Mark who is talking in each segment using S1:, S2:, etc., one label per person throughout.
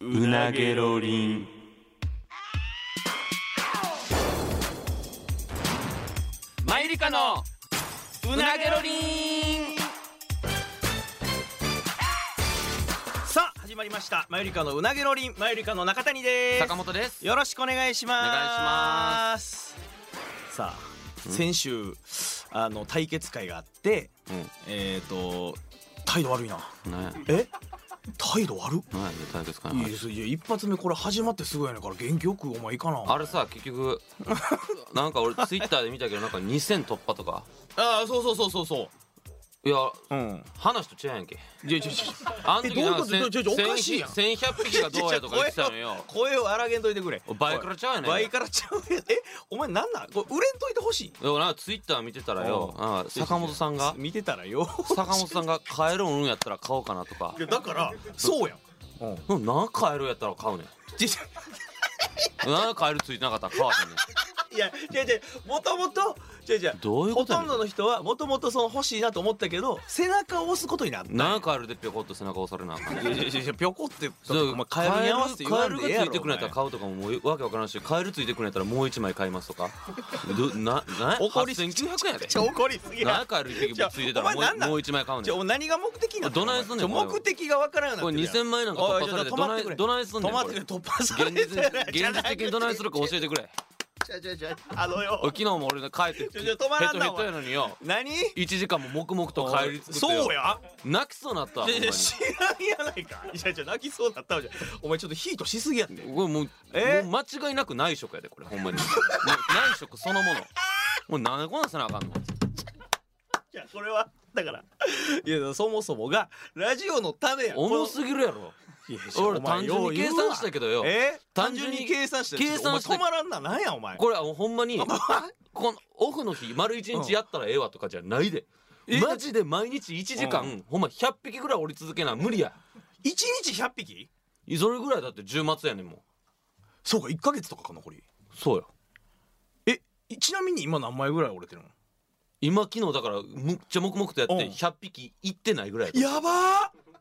S1: うなげろりんマイリカのうなげろりん
S2: さあ始まりましたマユリカのうなげろりんマユリカの中谷です
S1: 坂本です
S2: よろしくお願いします
S1: お願いします
S2: さあ先週あの対決会があってえっ、と態度悪いな
S1: うんなんや
S2: え態度悪っ
S1: なんや対決か
S2: い
S1: ない
S2: ですいや一発目これ始まってすごいやねんから元気よくお前いかな
S1: あれさ結局 なんか俺ツイッターで見たけどなんか2000突破とか
S2: あーそうそうそうそうそ
S1: いや
S2: ううん
S1: 話と違うやんけ
S2: いやいやいや
S1: あん時なんか
S2: えどういうことちょちょ
S1: 千
S2: おかしいやん
S1: 千1100匹 がどうやとか言ってたのよ
S2: 声を荒げんといてくれ
S1: 倍からちゃうやねん
S2: 倍からちゃうやんえお前なんなんこれ売れんといてほしい
S1: でもなんかツイッター見てたらよ
S2: うん
S1: なんか坂本さん が
S2: 見てたらよ
S1: 坂本さんが買えるんやったら買おうかなとか
S2: いやだからそうやんうん
S1: うんなんか買えるんやったら買うねん
S2: ちち
S1: なんか買えるついてなかったら買わへんねん
S2: いや違う違うもともと違う違う
S1: どういう
S2: ほ
S1: ことや
S2: と
S1: ね
S2: ん
S1: ん
S2: どの人はもともとその欲しいなと思ったけど背中を押すことになった
S1: なんかあるでぴょこっと背中押されなあかんねん
S2: いやいやいやぴょこって
S1: そう
S2: お前帰りに合わせて言わんでええや
S1: カエルがついてくるんやったら
S2: ろ
S1: 買うとかももうわけわからんしカエルついてくるんやったらもう一枚買いますとかどなな
S2: 怒りすぎ
S1: 8900円やで
S2: ちょ怒りすぎ
S1: な
S2: や
S1: んかある一匹ついてたら
S2: ちょお前なんな
S1: もうんもう一枚買うね
S2: ちょ
S1: ん
S2: お前何が目的なの
S1: どないすんねん
S2: ちょ
S1: これ
S2: 目的がわからんよう
S1: こ
S2: に
S1: れ
S2: なって
S1: 2000
S2: る
S1: 万円なんか
S2: おい
S1: 突破
S2: ち
S1: さ
S2: ょっ
S1: れ
S2: てと
S1: ど
S2: 止ま
S1: な
S2: って
S1: い
S2: くれ
S1: どないすんねん
S2: 止まっ
S1: こ
S2: てく
S1: れ
S2: れ突破され
S1: 現
S2: て
S1: 実現実的にどないするか教えてくれ
S2: ち ょちょちょあのよ
S1: おい昨日も俺帰って
S2: ちょちょ止まらんな
S1: ヘトヘトやのによ
S2: 何
S1: 1時間も黙々と帰りつくってよ
S2: そうや
S1: 泣きそうなったわ
S2: い
S1: ほん
S2: や
S1: ま
S2: い
S1: に
S2: や知らんやないかいやいや泣きそうだったわじゃんお前ちょっとヒートしすぎやって
S1: これもう,、
S2: え
S1: もう間違いなく内職やでこれほんまにもう内職そのものもう何でこんなんせなあかんの
S2: いやそれはだからいやそもそもがラジオのためや
S1: 重すぎるやろ
S2: ぎ
S1: 俺単純に計算したけどよ
S2: え
S1: 単
S2: 単
S1: 純
S2: 純に
S1: に
S2: 計算して
S1: 計算して
S2: お前止まらんななんやお前
S1: これはもうほんまにこのオフの日丸一日やったらええわとかじゃないで、
S2: え
S1: マジで毎日1時間、
S2: う
S1: ほんま100匹ぐらい折り続けな無理や
S2: 一日100匹
S1: それぐらいだって10末やねんもう
S2: そうか1か月とかか残り
S1: そうよ
S2: えちなみに今何枚ぐらい折れてるの
S1: 今昨日だからむっちゃ黙々とやっ
S2: うん
S1: て100匹いってないぐらいや
S2: やばー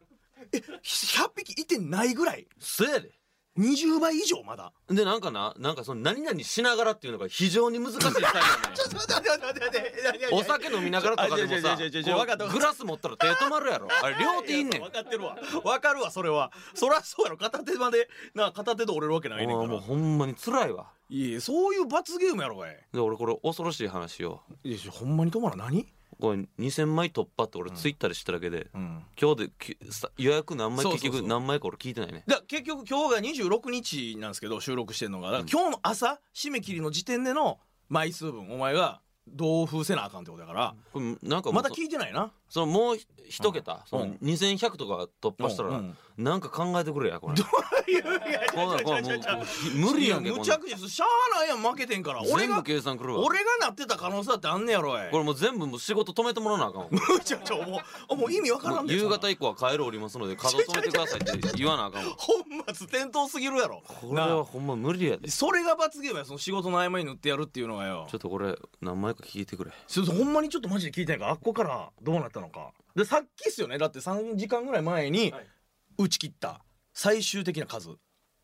S2: え100匹いてないぐらい
S1: そやで
S2: 20倍以上まだ
S1: でなんかななんかその何々しながらっていうのが非常に難しい作業なんや
S2: ちょっと待って待って待って待って
S1: お酒飲みながらとかでもさ
S2: あ違う違う違う違う違う分かった
S1: こうグラス持ったら手止まるやろあれ両手いんねん
S2: 分かってるわ分かるわそれはそりゃそうやろ片手までな片手で折れるわけないねん
S1: も
S2: か
S1: う
S2: ら
S1: もうほんまに辛いわ
S2: いやそういう罰ゲームやろがい
S1: で俺これ恐ろしい話を
S2: いやほんまに止まらん何
S1: これ2000枚突破って俺ツイッターで知っただけで、
S2: うん
S1: 今日できさ予約何枚
S2: そうそう
S1: 結
S2: そう
S1: 局何枚か俺聞いてないね
S2: だから結局今日が26日なんですけど収録してるのがだから今日の朝締め切りの時点での枚数分お前が同封せなあかんってことだから、
S1: これなんかもう
S2: まだ
S1: そ
S2: 聞いてないな
S1: そのもう一桁、その
S2: うん
S1: 2100とか突破したら、
S2: うんう ん
S1: なんか考えてくれ やこれこ
S2: いやいやいや
S1: んなんこんなんもう無理やんけこん
S2: むち
S1: な
S2: ゃ
S1: ん
S2: くちゃしゃあないやん負けてんから俺
S1: 全
S2: が
S1: 部計算くるわ
S2: 俺がなってた可能性だってあんねやろい
S1: これもう全部もう仕事止めてもらわなあかんわ
S2: む ちゃくちゃもうあもう意味わからんで
S1: 夕方
S2: そんな
S1: 以降は帰るおりますので稼働止めてくださいって言わなあかんわ
S2: 本末転倒すぎるやろ
S1: これは
S2: な
S1: ほんま無理やで
S2: あ
S1: ち
S2: それが罰ゲームやその仕事の合間に塗ってやるっていうのがよ
S1: ょっとこれ何枚か聞いてくれ
S2: ちょっとほんまにちょっとマジで聞いてないからあっこからどうなったのかでさっきっすよねだって3時間ぐらい前に打ち切った最終的な数聞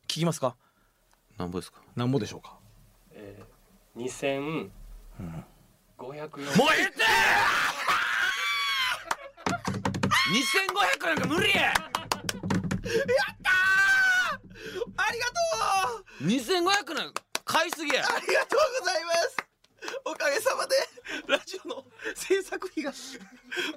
S2: きますか
S1: 何本ですか
S2: なんぼでしょうか
S3: えー、2504、
S2: もうええって
S1: 2500なんか無理や
S2: ありがとう
S1: 2500なんか買いすぎや
S2: ありがとうございますおかげさまでラジオの制作費が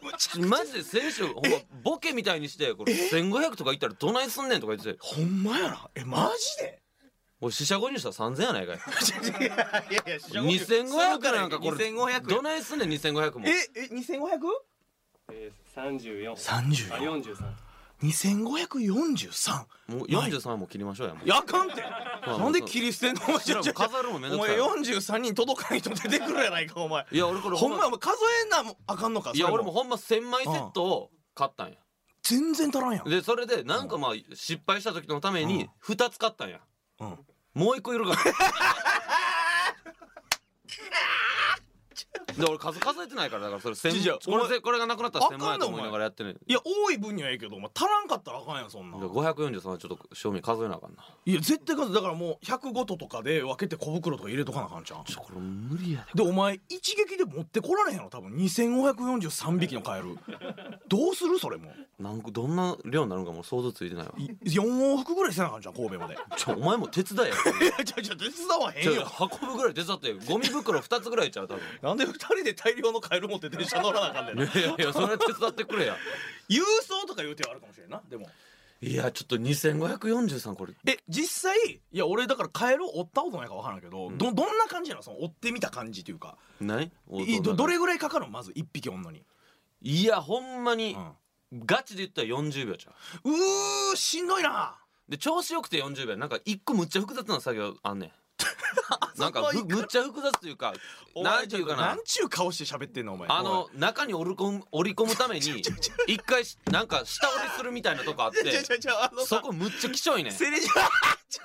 S2: むちゃ
S1: マジで選手ほんまボケみたいにしてこれ1500とかいったらどないすんねんとか言って
S2: ほんまやなえマジで
S1: 俺四捨五入したら3000やないかい
S2: いやいや
S1: 2500なんかこれ
S2: 2500
S1: どないすんねん2500も
S2: ええ 2500?35
S3: えー、34あ43
S2: 2543
S1: もう43も切りましょうやもう
S2: やあかんって
S1: あ
S2: なんで切り捨てんのお前
S1: ちらも飾るのもめんど
S2: お
S1: くさ
S2: 前
S1: い
S2: 43人届かない人出てくるやないかお前
S1: いや俺これ
S2: ほんまお前数えんなもあかんのか
S1: いや
S2: それ
S1: 俺もほんま1000枚セットを買ったんや
S2: 全然足らんやん、
S1: でそれでなんかまあ失敗した時のために2つ買ったんや
S2: うん、
S1: もう一個いるから で俺数数えてないからだからそれ千
S2: ちょちょ
S1: これぜこれがなくなったら
S2: あ
S1: 千
S2: かんな
S1: 万やと思いながらやってね
S2: いや多い分にはいいけどお前足らんかったらあかんやんそんなん
S1: 543はちょっと賞味数えなあかんない
S2: や絶対数だからもう100ごととかで分けて小袋とか入れとかなあかんちゃん
S1: ちょこれ無理や
S2: でお前一撃で持ってこられへんやろ多分2543匹のカ エルどうするそれも
S1: でなんかどんな量になるんかもう想像ついてないわ
S2: い4往復ぐらいせなあかんじゃん神戸までい
S1: ちょお前も手伝え よ
S2: やじゃあじゃあ手伝わへ
S1: ち
S2: ん
S1: ょ
S2: よ
S1: 運ぶぐらい手伝ってよゴミ袋2つぐらいちゃう多 分
S2: なんで2人で大量のカエル持って電車乗らなあかん ねんない
S1: やいやそれ手伝ってくれや
S2: 郵送とかいう手はあるかもしれんなでも
S1: いやちょっと2543これ
S2: え実際いや俺だからカエルを追ったことないから分からんけど、
S1: うん
S2: どどんな感じなのその追ってみた感じというか
S1: ない
S2: いどどれぐらいかかるのまず1匹女に、
S1: いやほんま
S2: う
S1: に
S2: ん、う
S1: ガチで言ったら40秒ちゃう
S2: ーしんどいな
S1: で調子よくて40秒なんか一個むっちゃ複雑な作業 あんねんなんか
S2: そこ
S1: ふ
S2: 行く
S1: むっちゃ複雑というか
S2: お前
S1: なんていうか
S2: な
S1: なん
S2: ちゅう顔して喋ってんのお前
S1: あの中に折り込む折り込む ために一回しなんか下折りするみたいなとこあっ
S2: おい ちょち
S1: て
S2: ょちょあの
S1: そ
S2: さ
S1: こむっちゃきちょいねん
S2: セレジ ちょ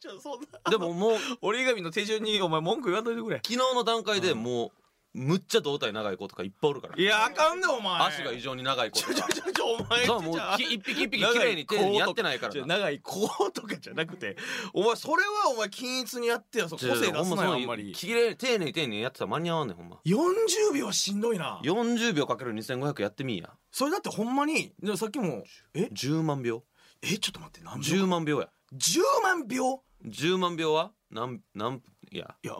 S2: ちょそんな
S1: でももう
S2: 折り紙の手順にお前文句言わんといてくれ
S1: 昨日の段階でもうむっちゃ胴体長い子とかいっぱいおるから
S2: いやあかんねお前
S1: 足が異常に長い子
S2: ち
S1: と
S2: ょちょ
S1: か
S2: ちょちょお前
S1: そうもう
S2: ちょちょ
S1: き一匹一匹綺麗に丁寧にやってないから
S2: じゃ
S1: な
S2: あ長いこうとかじゃなくてお前それはお前均一にやってよそ個性出すなよあんまり
S1: 綺麗に丁寧に丁寧にやってたら間に合わんねんほんま
S2: 40秒はしんどいな
S1: 40秒かける2500やってみいや
S2: それだってほんまにでもさっきもえ
S1: 10万秒
S2: えちょっと待って何秒
S1: 10万秒や
S2: 10万秒
S1: 10万秒は何何いや
S2: いや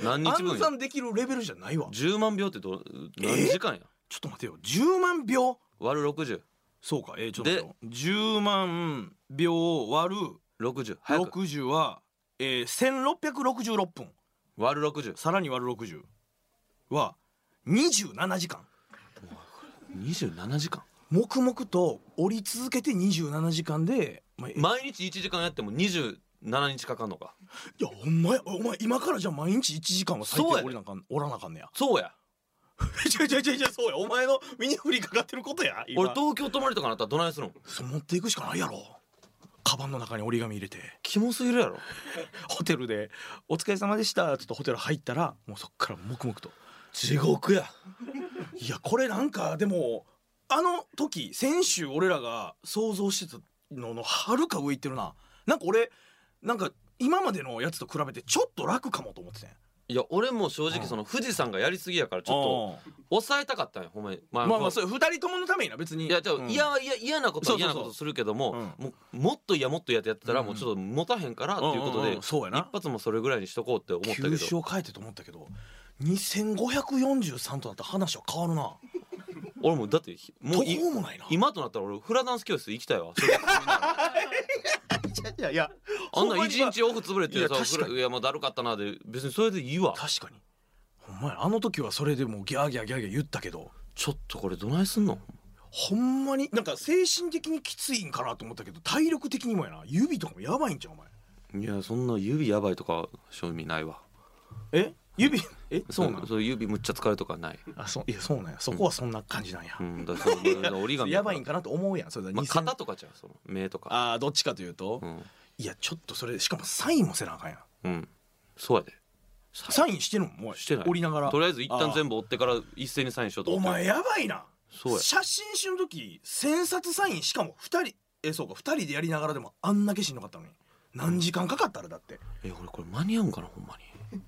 S1: 何日分
S2: 暗
S1: や
S2: 算できるレベルじゃないわちょ
S1: 10万秒ってど何時間や
S2: っと待てよ10万秒
S1: 割る6060
S2: そうかえーちょっと待てよ10万秒割る
S1: 早く
S2: 60は、えー、1666分
S1: 割る60
S2: さらに割る60は27時間
S1: 27時間
S2: 黙々と折り続けて27時間で、まあ、い
S1: 毎日1時間やっても27日かかんのか
S2: やほんまやお前今からじゃあ毎日1時間は最低
S1: そうやで
S2: 折りなんかんおらなあかんねや
S1: そうや
S2: ちょいちょいちょいちょいそうやお前の身に降りかかってることや今
S1: 俺東京泊まりとかなったらどないするの
S2: そう持っていくしかないやろカバンの中に折り紙入れて
S1: キモすぎるやろ
S2: ホテルで「お疲れ様でした」ちょっとホテル入ったらもうそっから黙々と
S1: 地獄や
S2: いやこれなんかでもあの時先週俺らが想像してたののはるか上行ってるななんか俺なんか今までのやつと比べてちょっと楽かもと思ってたんや
S1: いや俺も正直その富士山がやりすぎやからちょっ
S2: っ
S1: と抑えたかったんやほんまにま
S2: とまあまあそれ2人とものためにな別に
S1: いやじゃあ、
S2: うん
S1: いやいや嫌なこと
S2: そう
S1: は
S2: そう
S1: 嫌
S2: そう
S1: なことするけども、もうもっといやもっと嫌ってやってたら、
S2: うん
S1: もうちょっと持たへんからっていうことで、
S2: んんんそうやな
S1: 一発もそれぐらいにしとこうって思ったけど
S2: 球種を変えてと思ったけど2543となったら話は変わるな
S1: 俺もうだってひも
S2: 途
S1: うい
S2: 方もないな
S1: 今となったら俺フラダンス教室行きたいわ それ
S2: いやいや
S1: あんな一日オフ潰れ
S2: い
S1: て
S2: や
S1: さ
S2: 確かに
S1: いやまあだるかったなで別にそれでいいわ
S2: 確かにほんまやあの時はそれでもうギャーギャーギャーギャー言ったけど
S1: ちょっとこれどないすんの
S2: ほんまになんか精神的にきついんかなと思ったけど体力的にもやな指とかもやばいんじゃんお前
S1: いやそんな指やばいとか賞味ないわ
S2: え指えそうなの
S1: そう指むっちゃ疲れとか ない、
S2: あそういやそうなんやそこはそんな感じなんや
S1: う、ん、だからそうだから折り紙
S2: やばいんかなと思うやんそれだ、
S1: まあ、
S2: 2000
S1: 肩とかじゃんその目とか
S2: あーどっちかというと、
S1: うん、
S2: いやちょっとそれしかもサインもせなあかんやん
S1: うん、そうやで
S2: サインしてるもんもう
S1: してない
S2: 折りながら
S1: とりあえず一旦全
S2: 部
S1: 部追ってから一斉にサインしようと
S2: お
S1: 思って
S2: 前やばいな
S1: そうや
S2: 写真集の時千冊サインしかも2人えそうか2人でやりながらでもあんだけしんどかったのに何時間かかったあれだって
S1: え俺これ間に合うんかなほんまに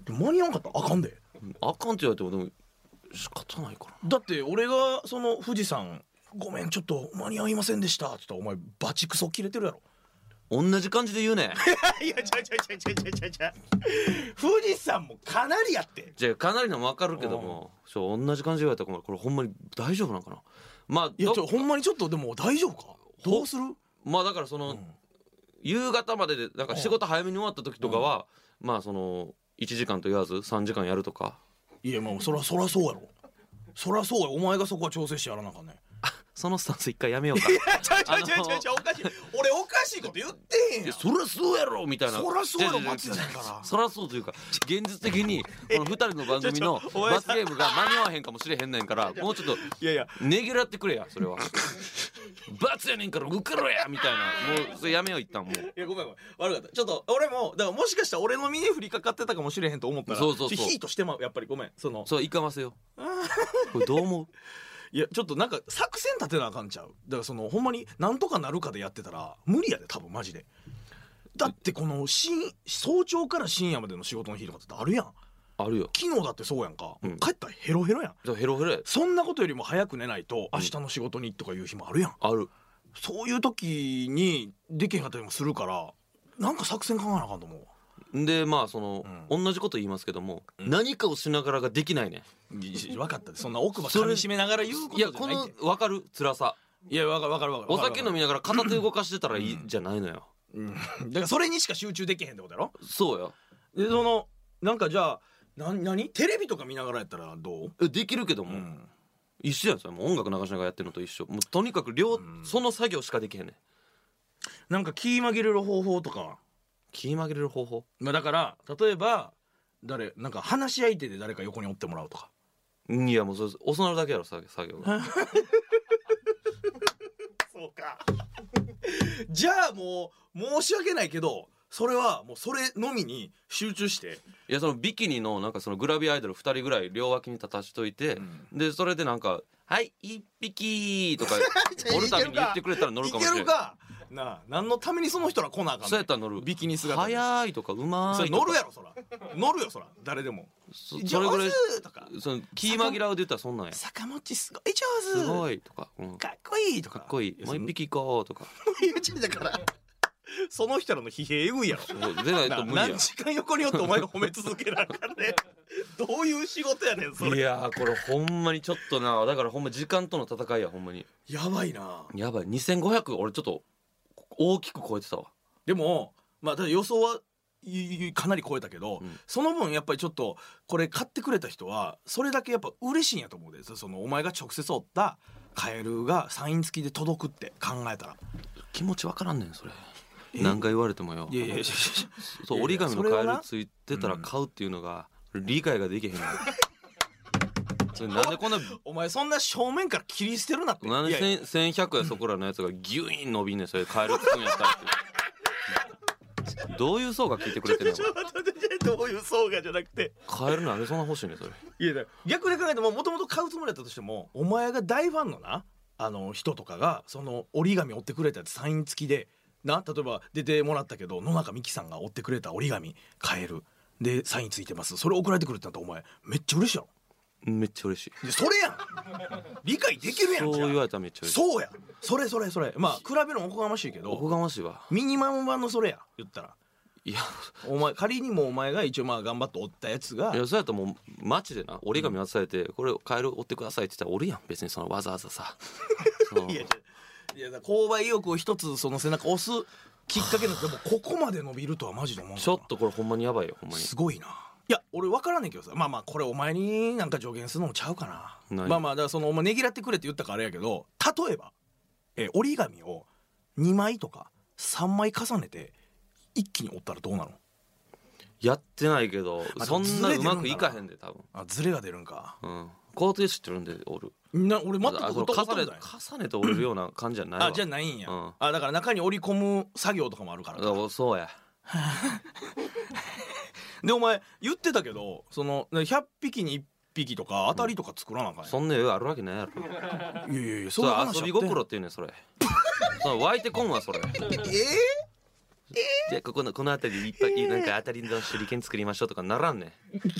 S2: でも間に合わんかったらあかんで
S1: うんあかんって言われてもでも仕方ないから
S2: だって俺がその富士山ごめんちょっと間に合いませんでしたっつったらお前バチクソ切れてるやろ
S1: な同じ感じで言うね
S2: いやちゃうちゃうちゃうちゃうちゃうちゃうちゃう富士山もかなりやって
S1: じゃあかなりのも分かるけどもそう同じ感じで言われたら困るこれほんまに大丈夫なんかなまあ
S2: いや
S1: ど
S2: ちょほんまにちょっとでも大丈夫かどうする、
S1: まあだからそうの、
S2: ん
S1: 夕方まででなんか仕事早めに終わった時とかは、まあその1時間と言わず3時間やるとか
S2: いやまあそらそらそうやろそらそうやお前がそこは調整してやらなあかんね
S1: そのスタンス一回やめようか
S2: ちゃうちゃうちゃう
S1: あの
S2: ちゃうおかしい俺おかしいこと言ってえへんや
S1: いや
S2: ん
S1: そりゃそうやろみたいな
S2: そら そうやろ
S1: 違違違
S2: 罰やねんから
S1: そりゃそうというか現実的 にこの2人の番組の
S2: ちょちょお前
S1: 罰ゲームが間に合わへんかもしれへんねんからもうちょっ
S2: いやいや
S1: とねぎらってくれやそれは罰やねんから受けろやみたいなもうそれやめよう一旦もう
S2: いやごめんごめん悪かったちょっと俺もだからもしかしたら俺の身に降りかかってたかもしれへんと思ったら
S1: そうそうそう
S2: ちょっとヒートしてまうやっぱりごめんその
S1: それいかませよこれどう思う
S2: いやちょっとなんか作戦立てなあかんちゃうだからそのほんまになんとかなるかでやってたら無理やで多分マジでだってこの深早朝から深夜までの仕事の日とかってあるやん
S1: あるよ
S2: 昨日だってそうやんか、
S1: うん
S2: 帰ったらヘロヘロやん
S1: じゃあヘロヘロや
S2: そんなことよりも早く寝ないと明日の仕事にとかいう日もあるやん、
S1: ある
S2: そういう時にできへんかったりもするからなんか作戦考えなあかんと思うわ
S1: でまあその、同じこと言いますけども、何かをしながらができないね
S2: 分かったでそんな奥歯噛み締めながら言うこと
S1: い
S2: じゃ
S1: や
S2: ない
S1: こ
S2: って
S1: の分かる辛さ
S2: いや分かる分かる分かる
S1: お酒飲みながら片手動かしてたらいいじゃないのよ、
S2: うんだからそれにしか集中できへんってことやろ
S1: そうよ
S2: でそのなんかじゃあな何テレビとか見ながらやったらどう、
S1: えできるけども、
S2: ん、
S1: 一緒やんそれもう音楽流しながらやってるのと一緒もうとにかく両、
S2: ん
S1: その作業しかできへんねん
S2: なんか気紛れる方法とか、
S1: 気曲げれる方法
S2: まあ、だから例えば誰なんか話し相手で誰か横におってもらうとか
S1: いやもうそれ収まるだけやろ作業作業が
S2: そうかじゃあもう申し訳ないけどそれはもうそれのみに集中して
S1: いやそのビキニのなんかそのグラビアアイドル2人ぐらい両脇に立たしといて、
S2: ん
S1: でそれでなんか「はい一匹」 とか
S2: いや
S1: おるために言ってくれたら乗る
S2: い
S1: かも
S2: け
S1: しれない
S2: るかなあ何のためにその人ら来なあかんの
S1: そうやったら乗る
S2: ビキニ姿で
S1: 早いとかうま
S2: そ
S1: ー
S2: れ
S1: いとか
S2: 乗るやろそら乗るよそら誰でも
S1: そ
S2: 上手
S1: それぐらい
S2: とか
S1: その気紛らうで言ったらそんなんやす
S2: 坂持ちすごい上手
S1: ごいとか、うん、か
S2: かっこいいとか
S1: っこいいもう一匹行こうとか
S2: だから その人らの疲弊えぐいやろ
S1: 出ない
S2: な
S1: と無理
S2: 何時間横におってお前が褒め続けなあかんねんどういう仕事やねんそ
S1: やい
S2: れ
S1: やーこれほんまにちょっとなだからほんま時間との戦いやほんまに
S2: やばいな
S1: やばい2500俺ちょっと大きく超えてたわ
S2: でもまあただ予想はいいかなり超えたけど、
S1: うん
S2: その分やっぱりちょっとこれ買ってくれた人はそれだけやっぱ嬉しいんやと思うでそのお前が直接おったカエルがサイン付きで届くって考えたら
S1: 気持ちわからんねんそれ何回言われてもよ
S2: いやい やいやいや
S1: そう
S2: いや
S1: 折り紙
S2: そ
S1: の
S2: れ
S1: カ
S2: は
S1: エ
S2: な
S1: ルついてたら買うっていうのが理解ができへんのよそれなんでこんな
S2: お前そんな正面から切り捨てるなって
S1: なん
S2: いやいや
S1: で千1100やそこらのやつがギュイーン伸びんねんそれカエルつくんやったらってどういう層が聞いてくれてんの
S2: ちょっと待って待ってどういう層がじゃなくて
S1: カエルなんでそんな欲しいねんそれ
S2: いやだから逆で考えてももともと買うつもりだったとしてもお前が大ファンのなあの人とかがその折り紙折ってくれたやつサイン付きでな例えば出てもらったけど野中美紀さんが折ってくれた折り紙買えるでサインついてますそれ送られてくるってなったらお前めっちゃ嬉しいやろ
S1: めっちゃ嬉しい
S2: でそれやん理解できるや
S1: そ
S2: ん
S1: う
S2: じゃあ
S1: 言われたらめっちゃ嬉しい
S2: そうやそれそれそれまあ比べるのおこがましいけ
S1: おこ
S2: ど
S1: がましいわ
S2: ミニマム版のそれや言ったら
S1: いや
S2: お前仮にもお前が一応まあ頑張って折ったやつが
S1: いやそうやったらもう街でな折り紙渡されて「これカエル折ってください」って言ったら折るやん別にそのわざわ ざさその
S2: いやいやだから購買意欲を一つその背中押すきっかけのでもここまで伸びるとはマジで思う
S1: ちょっとこれほんまにやばいよほんまに
S2: すごいないや俺分からんねんけどさまあまあこれお前になんか助言するのもちゃうかな
S1: 何
S2: まあまあだからそのお前ねぎらってくれって言ったからあれやけど例えば、えー折り紙を2枚とか3枚重ねて一気に折ったらどうなの
S1: やってないけど
S2: まあ
S1: そん
S2: ず
S1: な
S2: れてる
S1: う
S2: だ
S1: んまくいかへんで多分
S2: あズレが出るんか
S1: うん工程知ってるんで折る
S2: な俺全く
S1: あその
S2: 音
S1: 重ね
S2: 音ない
S1: 重ねて折れるような感じじゃないわ
S2: あじゃあないんや、
S1: うん
S2: あだから中に折り込む作業とかもあるからか
S1: あそうや
S2: でお前言ってたけどその100匹に1匹とか当たりとか作らなあかんやん
S1: そんな余裕あるわけないやろ
S2: いやいやいやそ
S1: そ
S2: ん
S1: れ
S2: な話
S1: 遊び
S2: やってん
S1: 心っていうねんそれその湧いてこんわそれ
S2: え
S1: じゃあここのこの辺りいっぱいなんか当たりの手裏剣作りましょうとかならんねん
S2: ーで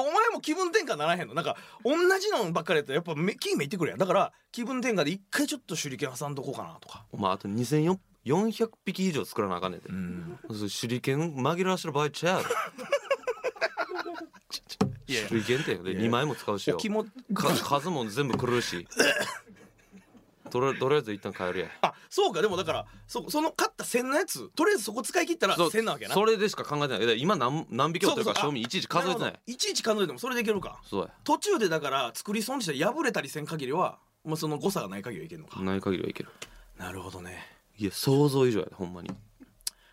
S2: お前も気分転換ならへんのなんか同じのばっかりやったらやっぱ目キーめいってくるやんだから気分転換で一回ちょっと手裏剣挟んどこうかなとか
S1: お前あと2400匹以上作らなあかんねんて、
S2: ん
S1: それ手裏剣紛らわしてる場合ちゃうやろ
S2: いやいや
S1: 手裏剣ってで
S2: や
S1: 2枚も使うし
S2: お
S1: よ
S2: 気も
S1: か数も全部狂うしとりあえずとりあえず一旦帰るや
S2: あそうかでもだからそその勝った1000のやつとりあえずそこ使い切ったら
S1: そう
S2: 1000なわけやな
S1: それでしか考えてないだから今何何匹おってるか
S2: そうそうそう
S1: 賞味いちいち数えてない
S2: るほどいちいち数えてもそれでいけるか
S1: そう
S2: 途中でだから作り損にして破れたりせん限りはもうその誤差がない限りはいけるのか
S1: やない限りはいける
S2: なるほどね
S1: いや想像以上やでほんまに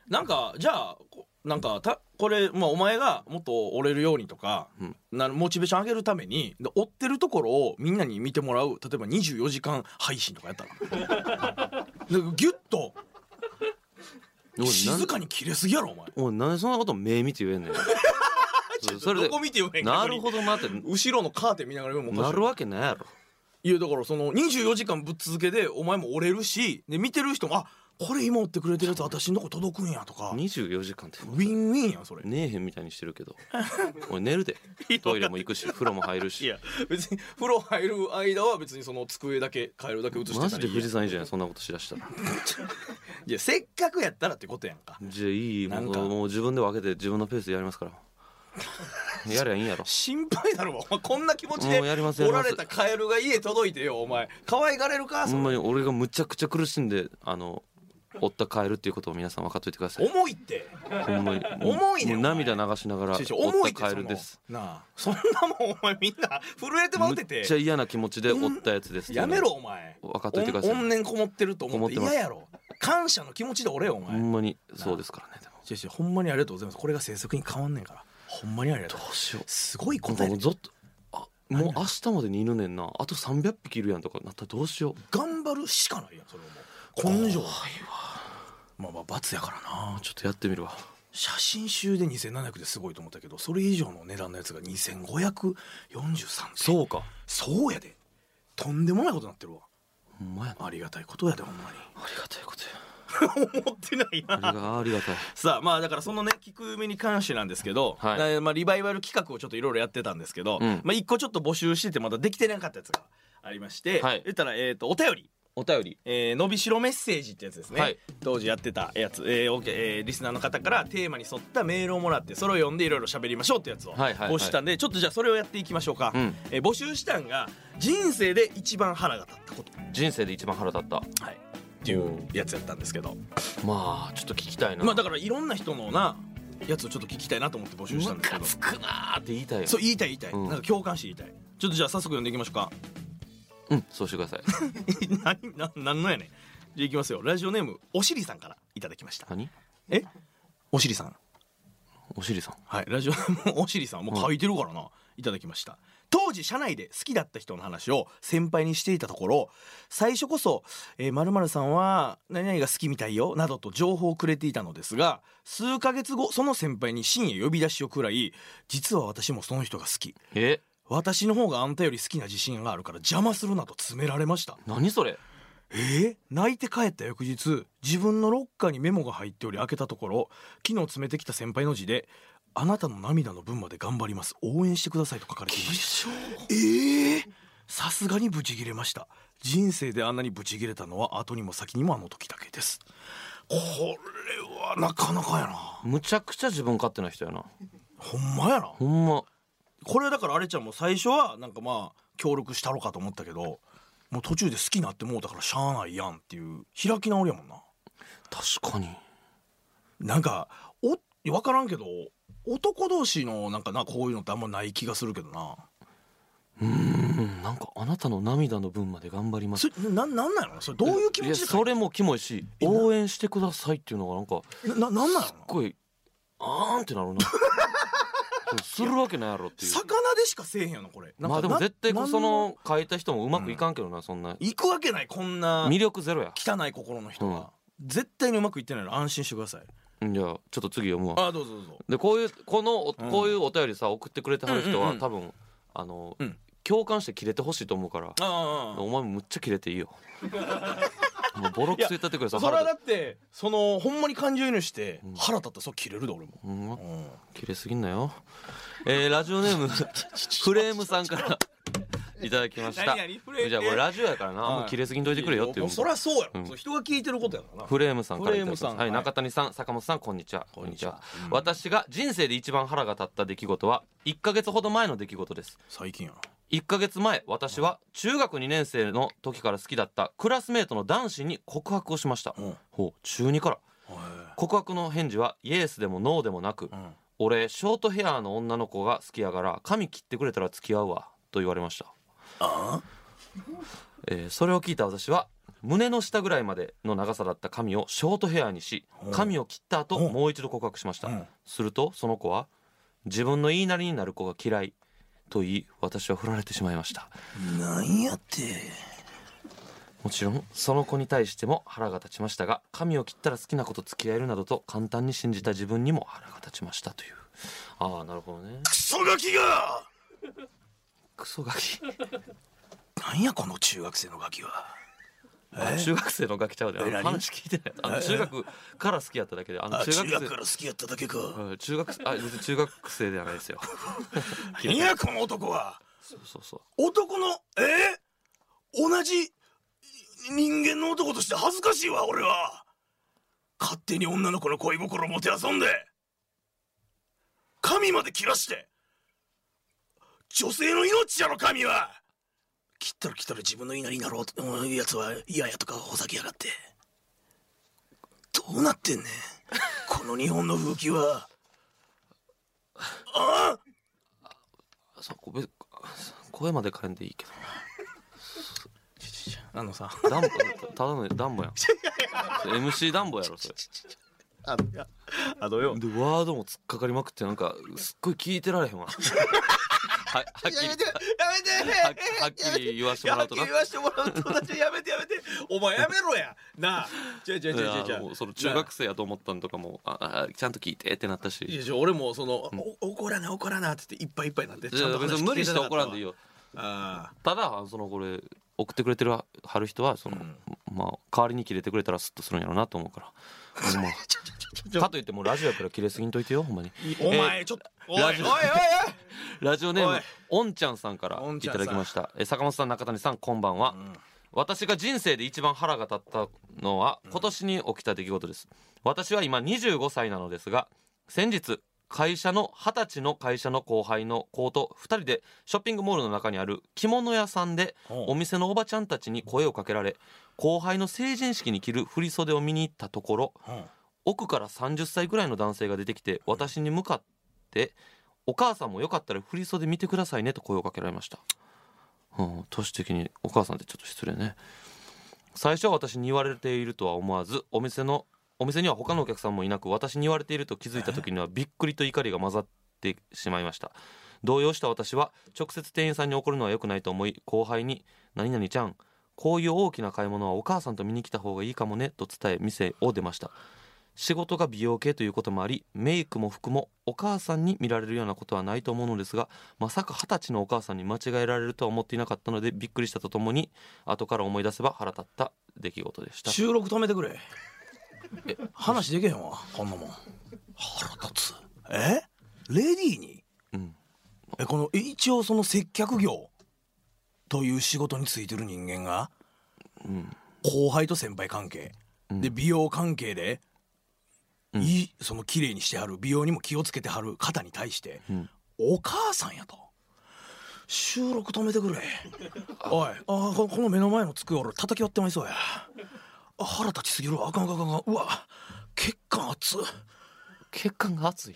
S2: なんかじゃあこなんかたこれ、まあ、お前がもっと折れるようにとか、
S1: うん
S2: なモチベーション上げるためにで折ってるところをみんなに見てもらう例えば24時間配信とかやったらな んかギュッと
S1: おい
S2: 静
S1: なん
S2: かに切れすぎやろお前
S1: おいなんでそんなこと目見て言えんね んそそれ
S2: ど
S1: で
S2: こ見て言えへん
S1: なる
S2: ど
S1: ほどなって
S2: 後ろのカーテン見ながら言うのもおかし
S1: ないるわけないやろ
S2: いやだからその24時間ぶっ続けでお前も折れるしで見てる人もあこれ今折ってくれてるやつ私のとこ届くんやとか
S1: 24時間って
S2: ウィンウィンやんそれ
S1: 寝えへんみたいにして るけど俺寝るでトイレも行くし風呂も入る
S2: い
S1: し
S2: や別に風呂入る間は別にその机だけ変えるだけ映して
S1: マジで
S2: いいやん
S1: 富士山いいじゃないそんなことしだしたら
S2: いやせっかくやったらってことやんか
S1: じゃあいい
S2: なん
S1: もう
S2: か
S1: もう自分で分けて自分のペースでやりますから やりゃいいんやろ
S2: 心配だろお前こんな気持ちで
S1: もうやりますや
S2: 折
S1: り
S2: ら
S1: ます
S2: れたカエルが家届いてよお前可愛がれるか
S1: ほ
S2: そ
S1: んま
S2: れ
S1: に俺がむちゃくちゃ苦しんであの追ったカエルっていうことを皆さん分かっといてください
S2: 重いって
S1: ほんまにもう
S2: 重いね
S1: もう涙流しながら
S2: ちょちょ
S1: 追
S2: 重い
S1: っ
S2: って
S1: たカエル
S2: その
S1: です
S2: なあそんなもんお前みんな震えてまう
S1: む
S2: てて
S1: っちゃ嫌な気持ちで追ったやつです
S2: やめろお前
S1: 分かっといてください
S2: おん怨念こもってると思って
S1: こもってます
S2: 嫌やろ感謝の気持ちでおれよお
S1: ほ
S2: 前、
S1: んまにそうですからねでも
S2: 違う違うほんまにありがとうございますこれが制作に変わんねんからほんまにありがとう
S1: どうしよう
S2: すごい
S1: なん
S2: 答
S1: か
S2: え
S1: も
S2: で
S1: うぞっとあもう明日までに犬ねんなあと300匹いるやんとかなったらどうしよ
S2: 頑張るしかないやんそれはもう根性まあまあ罰やからな
S1: うちょっとやってみるわ
S2: 写真集で2700ですごいと思ったけどそれ以上の値段のやつが2543う
S1: そうか
S2: そうやでとんでもないことになってるわ
S1: ほんまやな
S2: ありがたいことやでほんま
S1: ありがたいことや
S2: に思ってないな
S1: ありがありがたい
S2: さあまあだからそのね聞く目に関してなんですけど、
S1: はい
S2: なまあ、リバイバル企画をちょっといろいろやってたんですけど、
S1: うん
S2: まあ一個ちょっと募集しててまだできてなかったやつがありまして、
S1: はい
S2: 言ったら、えー、とお便り、
S1: お便り
S2: えー伸びしろメッセージってやつですね、
S1: はい
S2: 当時やってたやつ、えーおけえーリスナーの方からテーマに沿ったメールをもらってそれを読んでいろいろ喋りましょうってやつを
S1: はいはいはい
S2: 募集したんで、ちょっとじゃあそれをやっていきましょうか、
S1: うん
S2: えー募集したんが人生で一番腹が立ったこ
S1: 人生で一番腹立った
S2: と、はい、っていうやつやったんですけど
S1: まあちょっと聞きたいな
S2: まあだからいろんな人のなやつをちょっと聞きたいなと思って募集したん
S1: ム
S2: ですけ
S1: カ
S2: ど
S1: つくなーって言いたいよ
S2: そう言いたい言いたい、
S1: うん
S2: なんか共感して言いたいちょっとじゃあ早速読んでいきましょうか
S1: うんそうしてください
S2: 何な何のやねんじゃあいきますよラジオネームおしりさんからいただきました
S1: 何
S2: えおしりさん
S1: おしりさん
S2: はいラジオネームおしりさんもう書いてるからな、いただきました当時社内で好きだった人の話を先輩にしていたところ最初こそ「えー、〇〇さんは何々が好きみたいよ」などと情報をくれていたのですが数ヶ月後その先輩に深夜呼び出しをくらい「実は私もその人が好き」
S1: え
S2: 私の方があんたより好きな自信があるから邪魔するなと詰められました
S1: 何それ
S2: えー泣いて帰った翌日自分のロッカーにメモが入っており開けたところ昨日詰めてきた先輩の字で「あなたの涙の分まで頑張ります応援してください」と書かれていましたえーさすがにブチギレました人生であんなにブチギレたのは後にも先にもあの時だけですこれはなかなかやな
S1: むちゃくちゃ自分勝手な人やな
S2: ほんまやな
S1: ほんま
S2: これだからあれちゃんも最初はなんかまあ協力したろかと思ったけどもう途中で好きになってもうたからしゃあないやんっていう開き直りやもんな
S1: 確かに
S2: なんかお分からんけど男同士のなんかなこういうのってあんまない気がするけどな
S1: うんなんかあなたの涙の分まで頑張ります
S2: それななんなんやろなそれどういう気持
S1: や
S2: ちで
S1: それもキモいし
S2: えな
S1: 応援してくださいっていうのがなんか
S2: なななんなんや
S1: すっ
S2: ろな
S1: ごいあーんってなる なするわけないやろっていう
S2: 魚でしかせえへんやなこれなんか
S1: まあでも
S2: な
S1: 絶対こう
S2: なん
S1: その書いた人もうまくいかんけどな、そんな
S2: 行くわけないこんな
S1: 魅力ゼロや
S2: 汚い心の人が、絶対にうまくいってないの安心してください
S1: うんじゃあちょっと次読むわ
S2: あどうぞどうぞ
S1: でこういうこのお
S2: うん
S1: こういうお便りさ送ってくれてはる人
S2: うんうん
S1: は
S2: うん
S1: 多分あの、
S2: うん
S1: 共感して切れてほしいと思うから
S2: ああ
S1: お前もむっちゃ切れていい よもうボロクソ言ったってくれさ
S2: それ
S1: 腹
S2: はだ
S1: 立
S2: ってそのほんまに感情移入して
S1: うん
S2: 腹立ったらそう切れるで俺も、
S1: つうん
S2: うん、
S1: 切れすぎんなよえー、ラジオネ ームフレームさんからいただきました
S2: 何フ
S1: じゃあこれラジオやからな、
S2: はい
S1: あんま切れすぎんといてくれよっていう
S2: もそりゃそうやろ、
S1: うん
S2: それ人が聞いてることやからな
S1: フレームさんからいただきました
S2: フレームさん
S1: は
S2: は
S1: い、
S2: い
S1: 中谷さん坂本さんこんにちは
S2: こんにちはうん
S1: 私が人生で一番腹が立った出来事は1ヶ月ほど前の出来事です
S2: 最近やな
S1: 1ヶ月前私は中学2年生の時から好きだったクラスメートの男子に告白をしました
S2: うん
S1: ほう中2から
S2: へ
S1: 告白の返事はイエスでもノーでもなく
S2: えうん
S1: 俺ショートヘアの女の子が好きやから髪切ってくれたら付き合うわと言われました
S2: あ
S1: えーそれを聞いた私は胸の下ぐらいまでの長さだった髪をショートヘアにし
S2: ほう
S1: 髪を切った後
S2: ほう
S1: もう一度告白しました、
S2: うん
S1: するとその子は自分の言いなりになる子が嫌いと言い私は振られてしまいました
S2: なんやって
S1: もちろんその子に対しても腹が立ちましたが髪を切ったら好きな子と付き合えるなどと簡単に信じた自分にも腹が立ちましたというああなるほどね
S2: クソガキが
S1: クソガ キ
S2: なんやこの中学生のガキは
S1: あ中学生のガキちゃうであ
S2: え
S1: の
S2: 何
S1: 話聞いてないあの中学から好きやっただけであの
S2: あ
S1: 中
S2: 中
S1: 学
S2: 学
S1: 生
S2: から好きやっただけか
S1: うん中学生あ別に中学生ではないで すよ
S2: なんやこの男は
S1: そうそうそう
S2: 男のえー同じ人間の男として恥ずかしいわ俺は勝手に女の子の恋心をもてあそんで神まで切らして女性の命やろ神は切ったら切ったら自分の言いなりになろうとうんいうやつは嫌やとかほざきやがってどうなってんねんこの日本の風紀はああ
S1: そうこべ声まで変えんでいいけ
S2: あのさ
S1: どダンボただのダンボやん MC ダンボやろそれ
S2: あのあのよ
S1: でワードも突っかかりまくってなんかすっごい聞いてられへんわは はっきりは
S2: やめて
S1: はっはっきり言わせてもらうとな
S2: やめて言わしてもらうとなちょやめてやめてお前やめろやなあじゃじゃじゃ
S1: い
S2: じ
S1: や
S2: ゃ
S1: もうその中学生やと思ったんとかもああちゃんと聞いてってなったし
S2: いやじゃあ俺もその、お怒らな怒らなって言っていっぱいいっぱいになって
S1: じゃあ別に無理して怒らんでいい
S2: よ
S1: よ
S2: あ
S1: ただそのこれ送ってくれてる春人はその、
S2: うん
S1: まあ代わりに切れてくれたらスッとするんやろうなと思 うからほんま
S2: ちょ
S1: かといってもうラジオやから切れすぎんといてよほんまに
S2: ーお前ちょっと、おいおい
S1: ラ
S2: おい
S1: ジオ
S2: おい
S1: ラジオネー
S2: おい
S1: ムおんちゃんさんから
S2: おん
S1: い
S2: ちゃん
S1: た
S2: さん
S1: だきましたえ坂本さん中谷さんこんばんは、
S2: うん
S1: 私が人生で一番腹が立ったのは今年に起きた出来事です私は今25歳なのですが先日会社の20歳の会社の後輩の子と2人でショッピングモールの中にある着物屋さんで
S2: おう
S1: お店のおばちゃんたちに声をかけられ後輩の成人式に着る振り袖を見に行ったところ
S2: うん
S1: 奥から30歳ぐらいの男性が出てきて私に向かって「お母さんもよかったら振り袖見てくださいね」と声をかけられました、うん、都市的にお母さんってちょっと失礼ね最初は私に言われているとは思わずお店のお店には他のお客さんもいなく私に言われていると気づいた時にはびっくりと怒りが混ざってしまいました動揺した私は直接店員さんに怒るのは良くないと思い後輩に「何々ちゃんこういう大きな買い物はお母さんと見に来た方がいいかもね」と伝え店を出ました仕事が美容系ということもありメイクも服もお母さんに見られるようなことはないと思うのですがまさか二十歳のお母さんに間違えられるとは思っていなかったのでびっくりしたとともに後から思い出せば腹立った出来事でした
S2: 収録止めてくれ話できへんわこんなもん腹立つえレディーに
S1: うん
S2: えこのえ一応その接客業という仕事についてる人間が
S1: うん
S2: 後輩と先輩関係、
S1: うん
S2: で美容関係で、
S1: うん
S2: いいその綺麗にしてはる美容にも気をつけてはる方に対して、
S1: うん
S2: お母さんやと収録止めてくれおいあーここの目の前の机俺叩き割ってまいそうやあ腹立ちすぎるわあかんあかんあかんあかんうわ血管熱っ
S1: 血管 が熱い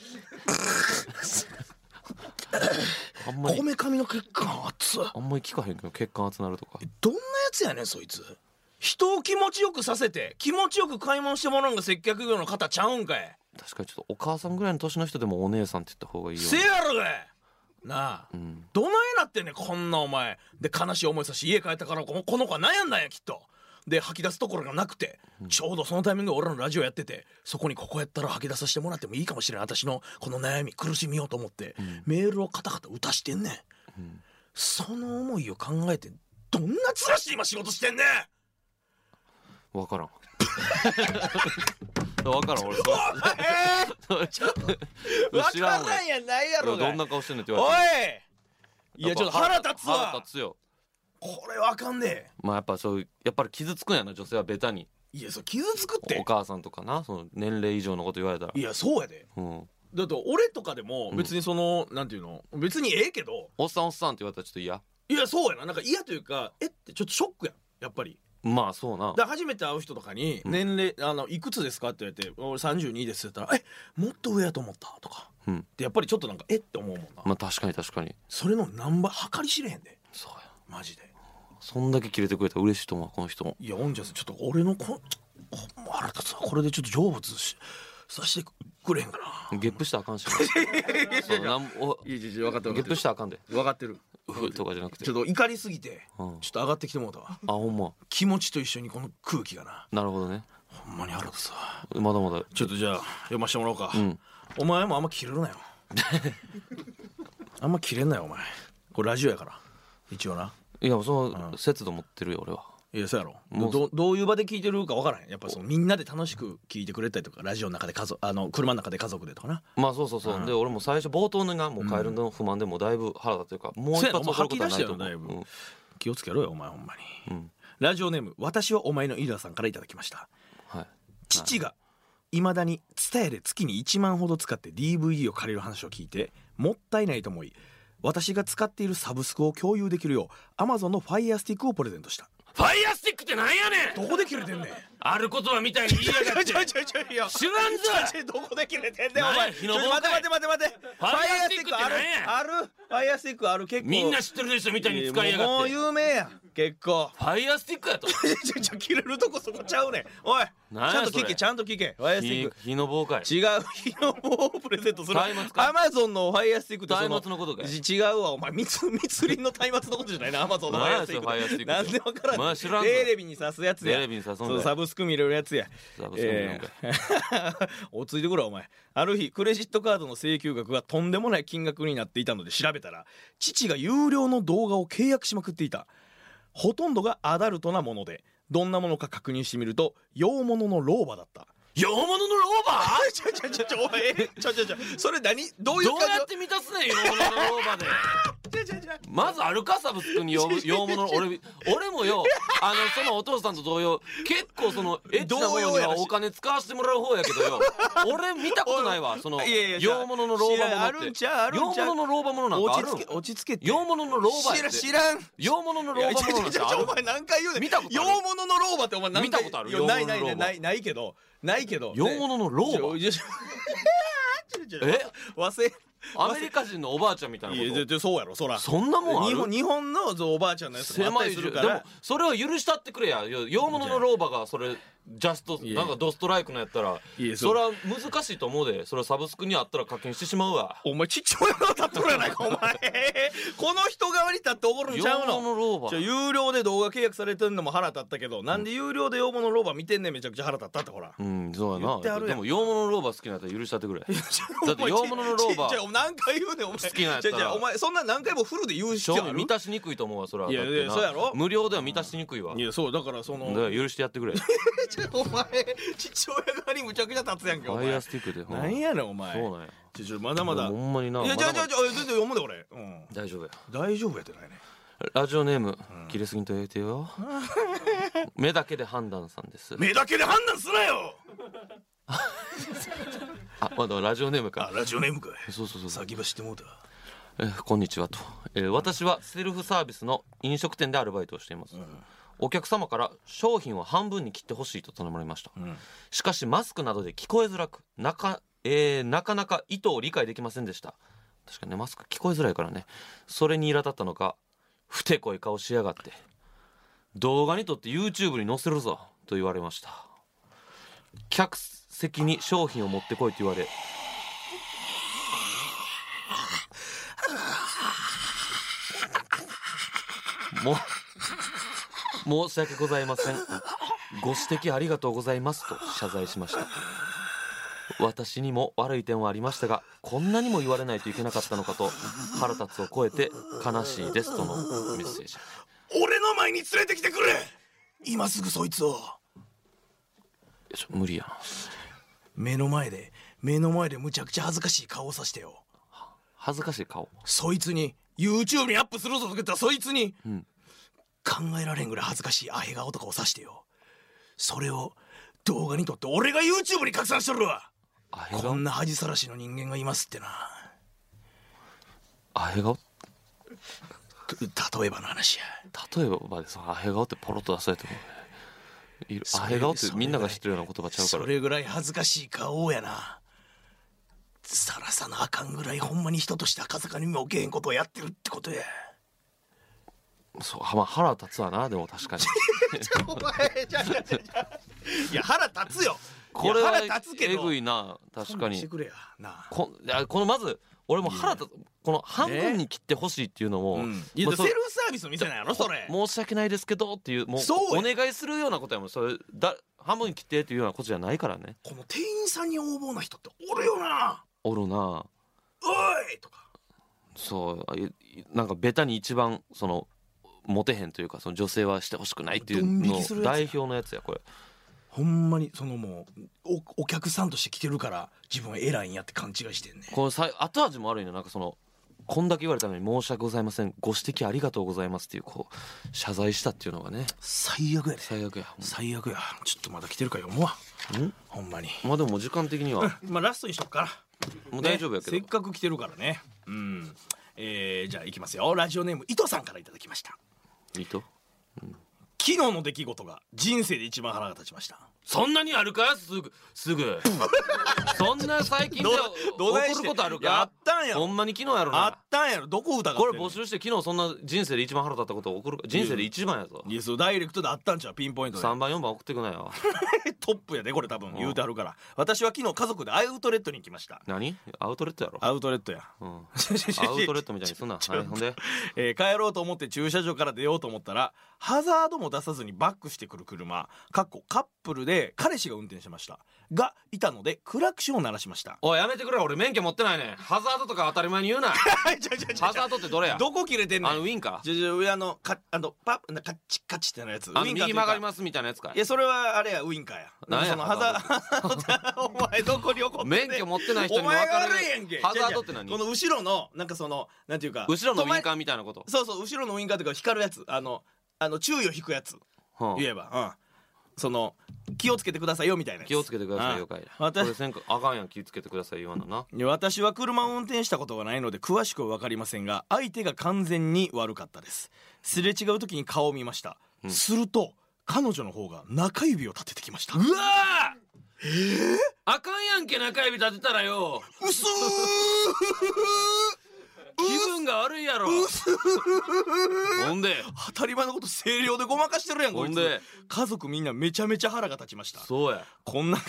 S1: あんま
S2: こ
S1: り
S2: めかみの血管熱っ
S1: あんまり聞かへんけど血管熱なるとか
S2: どんなやつやねんそいつ人を気持ちよくさせて気持ちよく買い物してもらうんが接客業の方ちゃうんかい
S1: 確かにちょっとお母さんぐらいの年の人でもお姉さんって言った方がいいよ
S2: せやろがいなあ、
S1: ん
S2: どないなってんねんこんなお前で悲しい思いさし家帰ったからこのこの子は悩んだんやきっとで吐き出すところがなくて、ちょうどそのタイミングで俺らのラジオやっててそこにここやったら吐き出させてもらってもいいかもしれない私のこの悩み苦しみようと思って、メールをカタカタ打たしてんねん、その思いを考えてどんな面して今仕事してんねん
S1: わからん わからん俺それ
S2: お前わ
S1: 知らん
S2: からんやないやろ
S1: 俺
S2: が
S1: ど
S2: い
S1: んな顔してんねんって言
S2: お
S1: わ
S2: い
S1: れて
S2: いや
S1: ぱ
S2: ちょっと腹立つわ
S1: 腹立つよ
S2: これわかんねえ
S1: まあやっぱそういうやっぱり傷つくんやな女性はベタに
S2: いやそれ傷つくって
S1: お母さんとかなその年齢以上のこと言われたら
S2: いやそうやで
S1: うん
S2: だって俺とかでも別にその、なんていうの別にええけど
S1: おっさんおっさんって言われたらちょっと嫌
S2: いやそうやななんか嫌というかえってちょっとショックやんやっぱり
S1: まあそうな
S2: だから初めて会う人とかに「
S1: うん
S2: 年齢、あのいくつですか?」って言われて「俺32です」って言ったら「えもっと上やと思った」とか
S1: うん
S2: でやっぱりちょっとなんか「えっ?」て思うもんな、
S1: まあ確かに確かに
S2: それの何倍計り知れへんで
S1: そうや
S2: マジで
S1: そんだけ切れてくれたら嬉しいと思うこの人も
S2: いやオンジャスちょっと俺のここ腹立つわこれでちょっと成仏しさせてくれへんかな
S1: ゲップしたらあか んしそうなんお
S2: いやいやいや分かって
S1: ゲ
S2: る分か
S1: ップ
S2: っ
S1: してたらあかんで
S2: る分かってる
S1: うふとかじゃなくて
S2: ちょっと怒りすぎて
S1: うん
S2: ちょっと上がってきてもうたわ
S1: あほんま
S2: 気持ちと一緒にこの空気がな
S1: なるほどね
S2: ほんまに腹立つわ
S1: まだまだ
S2: ちょっとじゃあ読ましてもらおうか、
S1: うん
S2: お前もあんま切れるなよ あんま切れんなよお前これラジオやから一応ない
S1: やそ
S2: うん
S1: の節度持ってるよ俺はい
S2: やそうやろ
S1: もう
S2: どどういう場で聞いてるか分からへんやっぱそのみんなで楽しく聞いてくれたりとかラジオの中で家族あの車の中で家族でとかな
S1: まあそうそうそう、
S2: うん
S1: で俺も最初冒頭のがもうカエルの不満でもうだいぶ腹立というかもう
S2: そうや
S1: 一
S2: な
S1: 発怒ることはないと
S2: もう
S1: 思う
S2: 吐き出したよ
S1: うん
S2: 気をつけろよお前ほんまに
S1: うん
S2: ラジオネーム私はお前のイラさんからいただきました
S1: はい
S2: 父がいまだに伝えで月に1万ほど使って DVD を借りる話を聞いてもったいないと思い私が使っているサブスクを共有できるよう Amazon の Fire Stick をプレゼントした
S4: ファイヤースティックってなんやねん
S2: どこで切れてんねん
S4: ある言葉みたいに言いや がって
S2: ちょいちょいちょいよ
S4: 知らんぞ
S2: ちょいどこで切れてんねんお
S4: なんや
S2: 前
S4: 日の
S2: ち
S4: 本
S2: ょ待て
S4: かい
S2: 待て待て待て
S4: ファイヤースティックって
S2: ある
S4: なんや
S2: あるファイヤースティックある結構
S4: みんな知ってるでしょみたいに使いやが
S2: も
S4: っ
S2: う
S4: てフ
S2: 有名やん結構
S4: ァイヤースティックやと
S2: ちょちょちょ切れるとこそこちゃうねんおいち
S4: なんや
S2: ゃんと聞
S4: そ
S2: け
S4: れ
S2: ちゃんと聞けファイヤースティッ
S1: 日
S2: ク
S1: 日の棒かい
S2: 違う日の棒をプレゼントする
S1: 松明か
S2: アマゾンのファイヤースティックとそ
S1: 松明のことかい
S2: じ違うわお前密 密林の松明のことじゃないなアマゾンのファイヤースティック
S1: なんやそ
S2: なんで
S1: れファイヤースティック
S2: わからん
S1: まあ知らんぞ
S2: テレビに刺すやつや
S1: テレビに刺すんだよ
S2: そうサブスク見れるやつや
S1: サブスク見れるんかい
S2: えー おついてくらお前ある日クレジットカードの請求額がとんでもない金額になっていたので調べたら父が有料の動画を契約しまくっていたほとんどがアダルトなものでどんなものか確認してみると洋物の老婆だった
S4: 洋物のローバー
S2: ちょちょちょちょお前ちょちょちょそれ何どういう
S4: どう
S2: 感
S4: やって満たすねん洋物のローバーで
S2: 情ちょちょちょ
S1: まずあるかサブスクに洋物洋物の俺俺もよあのそのお父さんと同様結構そのエッチなものにはお金使わせてもらう方やけどよ俺見たことないわその
S2: いやいや
S1: 洋物の
S2: 知
S1: 老婆
S2: らんあ
S1: もの
S2: る
S1: っ
S2: ん
S1: て
S2: ちゃうあるん
S1: 洋
S2: ちゃう
S1: 物の老婆ものなんかあ
S2: 落
S1: る
S2: ち
S1: ん
S2: 着け落ち着けって
S1: 洋物の老婆やって
S2: 知らん知
S1: 洋物の
S2: らんい
S1: 老
S2: や
S1: 婆も
S2: ちょ
S1: のなん
S2: ち
S1: て
S2: ょちょ
S1: ある
S2: お前何回言うねん
S1: 見たことあ
S2: 洋
S1: る
S2: 物の老婆ってお前何回
S1: 見たことある
S2: いやないない
S1: 洋物
S2: ない
S1: の老
S2: な
S1: 婆
S2: いないけどないけど
S1: 洋物の老婆
S2: ちょちょちょちょ
S1: え
S2: 忘れ
S1: アメリカ人のおばあちゃんみたい
S2: いやちょ
S1: なこ
S2: ちょそうやろそら
S1: とそんなもんあ
S2: 日
S1: る
S2: 本日本のそうおばあちゃんのやつとかあった
S1: 狭
S2: り
S1: い
S2: す
S1: じ
S2: る
S1: ゅ
S2: か
S1: でも
S2: ら
S1: それを許したってくれやよ洋物の老婆がそれジャスト
S2: いや
S1: なんかドストライクのやったら
S2: いやそう
S1: それは難しいと思うでそれはサブスクにあったら課金してしまうわ
S2: お前父親の立っとるやないか お前この人側に立って怒るん
S1: 洋
S2: ちゃう
S1: 物
S2: の
S1: の老婆
S2: じゃ有料で動画契約されてんのも腹立ったけど、なんで有料で用物ローバー見てんねんめちゃくちゃ腹立ったってほら。
S1: うんそう
S2: 言って
S1: や
S2: あ
S1: な
S2: るやん
S1: でも洋物の老婆好きなんやったら許したってくれだって
S2: お前
S1: 洋物のローバー
S2: ちっちゃい何回言うねんお前。
S1: きなんやったら
S2: ちっちゃいお前そんな何回もフルで言う必
S1: 正
S2: 要あ
S1: 味
S2: る。
S1: 満たしにくいと思うわそれはい
S2: や
S1: だってない
S2: やそうやろ
S1: 無料では満たしにくいわ
S2: い
S1: だ
S2: やそうだからその。
S1: から許してやってくれ
S2: ちっちゃいお前父親側にむちゃくちゃ立つやんけ
S1: フ
S2: お
S1: ァイヤ
S2: 前
S1: ー。スティックで
S2: なんやねんお前。
S1: そうなんや
S2: ちょちょまだまだ。
S1: ほんまにない
S2: や
S1: ま
S2: じゃあ
S1: だ
S2: じゃあ
S1: まだ
S2: じゃあ全然読むで俺。うん。
S1: 大丈夫や
S2: 大丈夫やってないね。
S1: ラジオネーム、切れすぎんと言えて よ目だけで判断さんです
S2: 目だけで判断すなよ。
S1: あまだラジオネームか
S2: あラジオネームかい。
S1: そうそうそうそう
S2: 先走ってもうた。
S1: えーこんにちはと、えー私はセルフサービスの飲食店でアルバイトをしています、お客様から商品を半分に切ってほしいと頼まれました、
S2: ん
S1: しかしマスクなどで聞こえづらくなか,、えーなかなか意図を理解できませんでした確かにねマスク聞こえづらいからねそれに苛立ったのかふてこい顔しやがって動画に撮って YouTube に載せるぞと言われました客席に商品を持ってこいと言われも申し訳ございませんご指摘ありがとうございますと謝罪しました私にも悪い点はありましたがこんなにも言われないといけなかったのかと腹立つを超えて悲しいですとのメッセージ
S2: 俺の前に連れてきてくれ今すぐそいつを
S1: いやちょ無理やな
S2: 目の前で目の前でむちゃくちゃ恥ずかしい顔をさしてよ
S1: 恥ずかしい顔
S2: そいつに YouTube にアップするぞとか言ったらそいつに、
S1: ん
S2: 考えられんぐらい恥ずかしいアヘ顔とかをさしてよそれを動画に撮って俺が YouTube に拡散しとるわ
S1: あへ
S2: こ
S1: 顔
S2: んな恥さらしの人間がいますってな
S1: あへ顔
S2: 例えばの話や
S1: 例えばでそのアヘ顔ってポロッと出されてもいる
S2: それ
S1: アヘ顔ってみんなが知ってるような言葉ちゃうか
S2: そ
S1: ら
S2: れぐらい恥ずかしい顔やなさらさなあかんぐらいほんまに人として赤坂にも受けへんことをやってるってことや
S1: そうまあ腹立つわなでも確かに
S2: お前じゃあじゃあじゃあ いや腹立つよ
S1: これはい
S2: や腹立つけど
S1: えぐいな確か
S2: 勘弁し
S1: に
S2: てくれやなあ
S1: こいやこのまず俺も腹立つこの半分に切ってほしいっていうのも、
S2: うんいや
S1: まあ
S2: セ
S1: そ
S2: ルフサービスの店なんやろそれ
S1: 申し訳ないですけどっていうもう
S2: そうや
S1: お願いするようなことやもんそれだ半分に切ってっていうようなことじゃないからね
S2: この店員さんに横暴な人っておるよな
S1: おるな
S2: おいとか
S1: そうあいなんかベタに一番そのモテへんというかその女性はしてほしくないっていう
S2: ドン
S1: の
S2: 引きするやつや
S1: 代表のやつやこれ
S2: ほんまにそのもうおお客さんとして来てるから自分は偉いんやって勘違いしてんね
S1: このさ後味も悪いのなんかそのこんだけ言われたのに申し訳ございませんご指摘ありがとうございますっていうこう謝罪したっていうのがね
S2: 最悪やで
S1: 最悪やほんま
S2: 最悪やちょっとまだ来てるか読むわ
S1: ん
S2: ほんまに
S1: まあでももう時間的には
S2: まあラストにしとくか
S1: も
S2: な
S1: う大丈夫や
S2: ね
S1: け
S2: せっ
S1: ど
S2: かく来てるからねうんえー、じゃあいきますよラジオネーム伊藤さんからいただきました
S1: いいと
S2: 昨日の出来事が人生で一番腹が立ちました
S4: そんなにあるかすぐす ぐそんな最近で
S2: どないし
S4: 怒
S2: て
S4: ることある
S2: や
S4: か
S2: ったんやろ
S1: ほんまに昨日やろ
S2: あ
S1: な
S2: ったんやろどこ疑ってんの
S1: これ募集して昨日そんな人生で一番腹立ったことを送る人生で一番やぞ
S2: いやそうダイレクトであったんちゃうピンポイントで
S1: 3番4番送ってくなよ
S2: トップやでこれ多分言うてあるから私は昨日家族でアウトレットに行きました
S1: 何アウトレットやろ
S2: アウトレット や
S1: うんアウトレットみたいにすんな
S2: ちょ
S1: はいほんで
S2: えー帰ろうと思って駐車場から出ようと思ったらハザードも出さずにバックしてくる車かっこカップルで彼氏が運転しましたがいたのでクラクションを鳴らしました
S4: おいやめてくれ俺免許持ってないねんハザードとか当たり前に言う なハザードってどれや
S2: どこ切れてんね
S1: あの
S2: ん
S1: ウィンか
S2: じゃじゃ上あのかあのパッカッチカチってなるやつ
S1: あの右曲がり
S2: す
S1: ますみたいなやつか
S2: いやそれはあれやウインカーや
S1: なんや
S2: そのハザード お前どこに怒ってんねん
S1: 免許持ってない人
S2: お
S1: にも
S2: 前
S1: 分
S2: が
S1: か
S2: 悪いやん
S1: る
S2: け
S1: ハザードって何
S2: じゃあじゃあこの後ろのなんかそのなんていうか
S1: 後ろのウィン
S2: ー
S1: カーみたいなこと
S2: そうそう後ろのウインカーとか光るやつあのあの注意を引くやつ
S1: うん
S2: 言えばうんその気をつけてくださいよみたいなやつ
S1: 気をつけてください
S2: う
S1: よ
S2: ん
S1: かいこ
S2: 私
S1: れせんかあかんやん気をつけてください言わなな
S2: で私は車を運転したことがないので詳しくは分かりませんが相手が完全に悪かったですすれ違う時に顔を見ました、
S1: うん
S2: すると彼女の方が中指を立ててきましたう
S4: うわーあかんやんけ中指立てたらよ
S2: そ
S4: 気分が悪いやろほんで
S2: 当たり前のこと声量でごまかしてるやんこ
S1: ほ
S2: い
S1: ん
S2: つ
S1: で
S2: 家族みんなめちゃめちゃ腹が立ちました
S1: そうや
S2: こんな経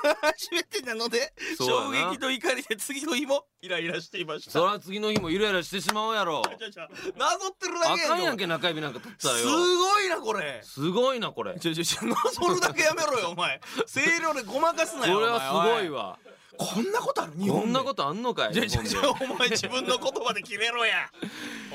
S2: 験は初めてなので
S1: そう
S2: 衝
S1: やな
S2: 撃と怒りで次の日もイライラしていました
S4: そら次の日もイライラしてしまうやろ
S2: ちゃちゃなぞってるだ
S4: あ
S2: け
S4: かんやん
S2: け
S4: け中指なんか立て
S2: す
S4: たらよ
S2: ごいなこれ
S4: すごいなこれこ
S2: ちょちょちょなぞるだけやめろよお前声量でごまかすなよ
S4: れはすごい
S2: わ
S4: わ
S2: こんなことある日本
S1: こ
S2: で
S1: んなことあんのかい
S2: ちょ
S1: 日
S2: ちょ
S1: 本
S2: ち
S1: で
S2: ょお前自分の言葉で決めろや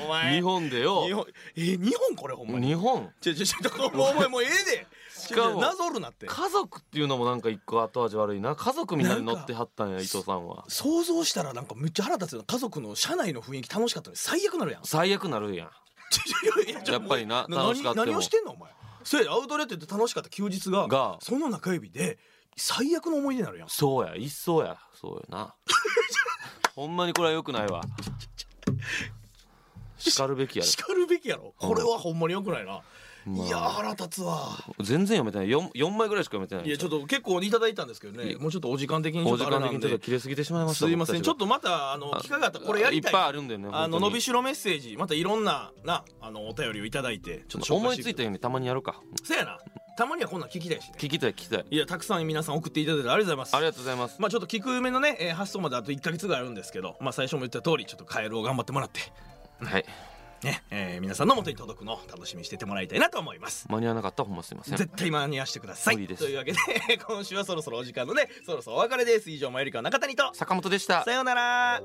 S2: お前
S1: 日本でよ
S2: 日本え日本これほんまに
S1: 日本
S2: ちょちょちょもうお前もうええでし
S1: かも
S2: なぞるなって
S1: 家族っていうのもなんか一個後味悪いな家族みんなで乗ってはったんや伊藤さんは
S2: 想像したらなんかめっちゃ腹立つよ家族の社内の雰囲気楽しかったのに最悪なるやん
S1: 最悪なるやん
S2: ちょいやいちょ
S1: やっぱりな
S2: な
S1: 楽しかった
S2: 何何をしてんのお前そうやアウトレットで楽しかった休日が
S1: が
S2: その中指で最悪の思い出になるやん
S1: そうや一層やそうやな ほんまにこれは良くないわ叱るべきやで
S2: 叱るべきやろこれはほんまによくないな、
S1: まあ
S2: いや腹立つわ
S1: 全然読めてない 4, 四枚ぐらいしか読めてない
S2: いやちょっと結構いただいたんですけどねもうちょっとお時間的にちょ
S1: お
S2: っ
S1: 時
S2: とあれ
S1: 間
S2: な
S1: 的
S2: ん
S1: にちょっと
S2: で
S1: 切れすぎてしまいました
S2: すいません
S1: 僕
S2: ちょ
S1: た
S2: っとまたあの
S1: あ
S2: 機会があったらこれやりたい
S1: いっぱいあるんだよね
S2: あの
S1: 本当
S2: 伸
S1: に
S2: びしろメッセージまたいろんななあのお便りをいただいてちょっと
S1: ち思い
S2: して
S1: ついたようにたまにやるか
S2: せやなたまにはこんなん聞きたいしね
S1: 聞きたい聞きたい
S2: いやたくさん皆さん送っていただいてありがとうございます
S1: ありがとうございます
S2: まあちょっと聞く夢のね、えー発送まであと1か月ぐらいあるんですけど、まあ、最初も言った通りちょっとカエルを頑張ってもらって、
S1: はい
S2: ねえー皆さんの元に届くのを楽しみにしててもらいたいなと思います。
S1: 間に合わなかったらほんますいません
S2: 絶対間に合わしてください
S1: 無理です
S2: というわけで 今週はそろそろお時間のねそろそろお別れです以上マユリカの中谷と
S1: 坂本でした
S2: さようなら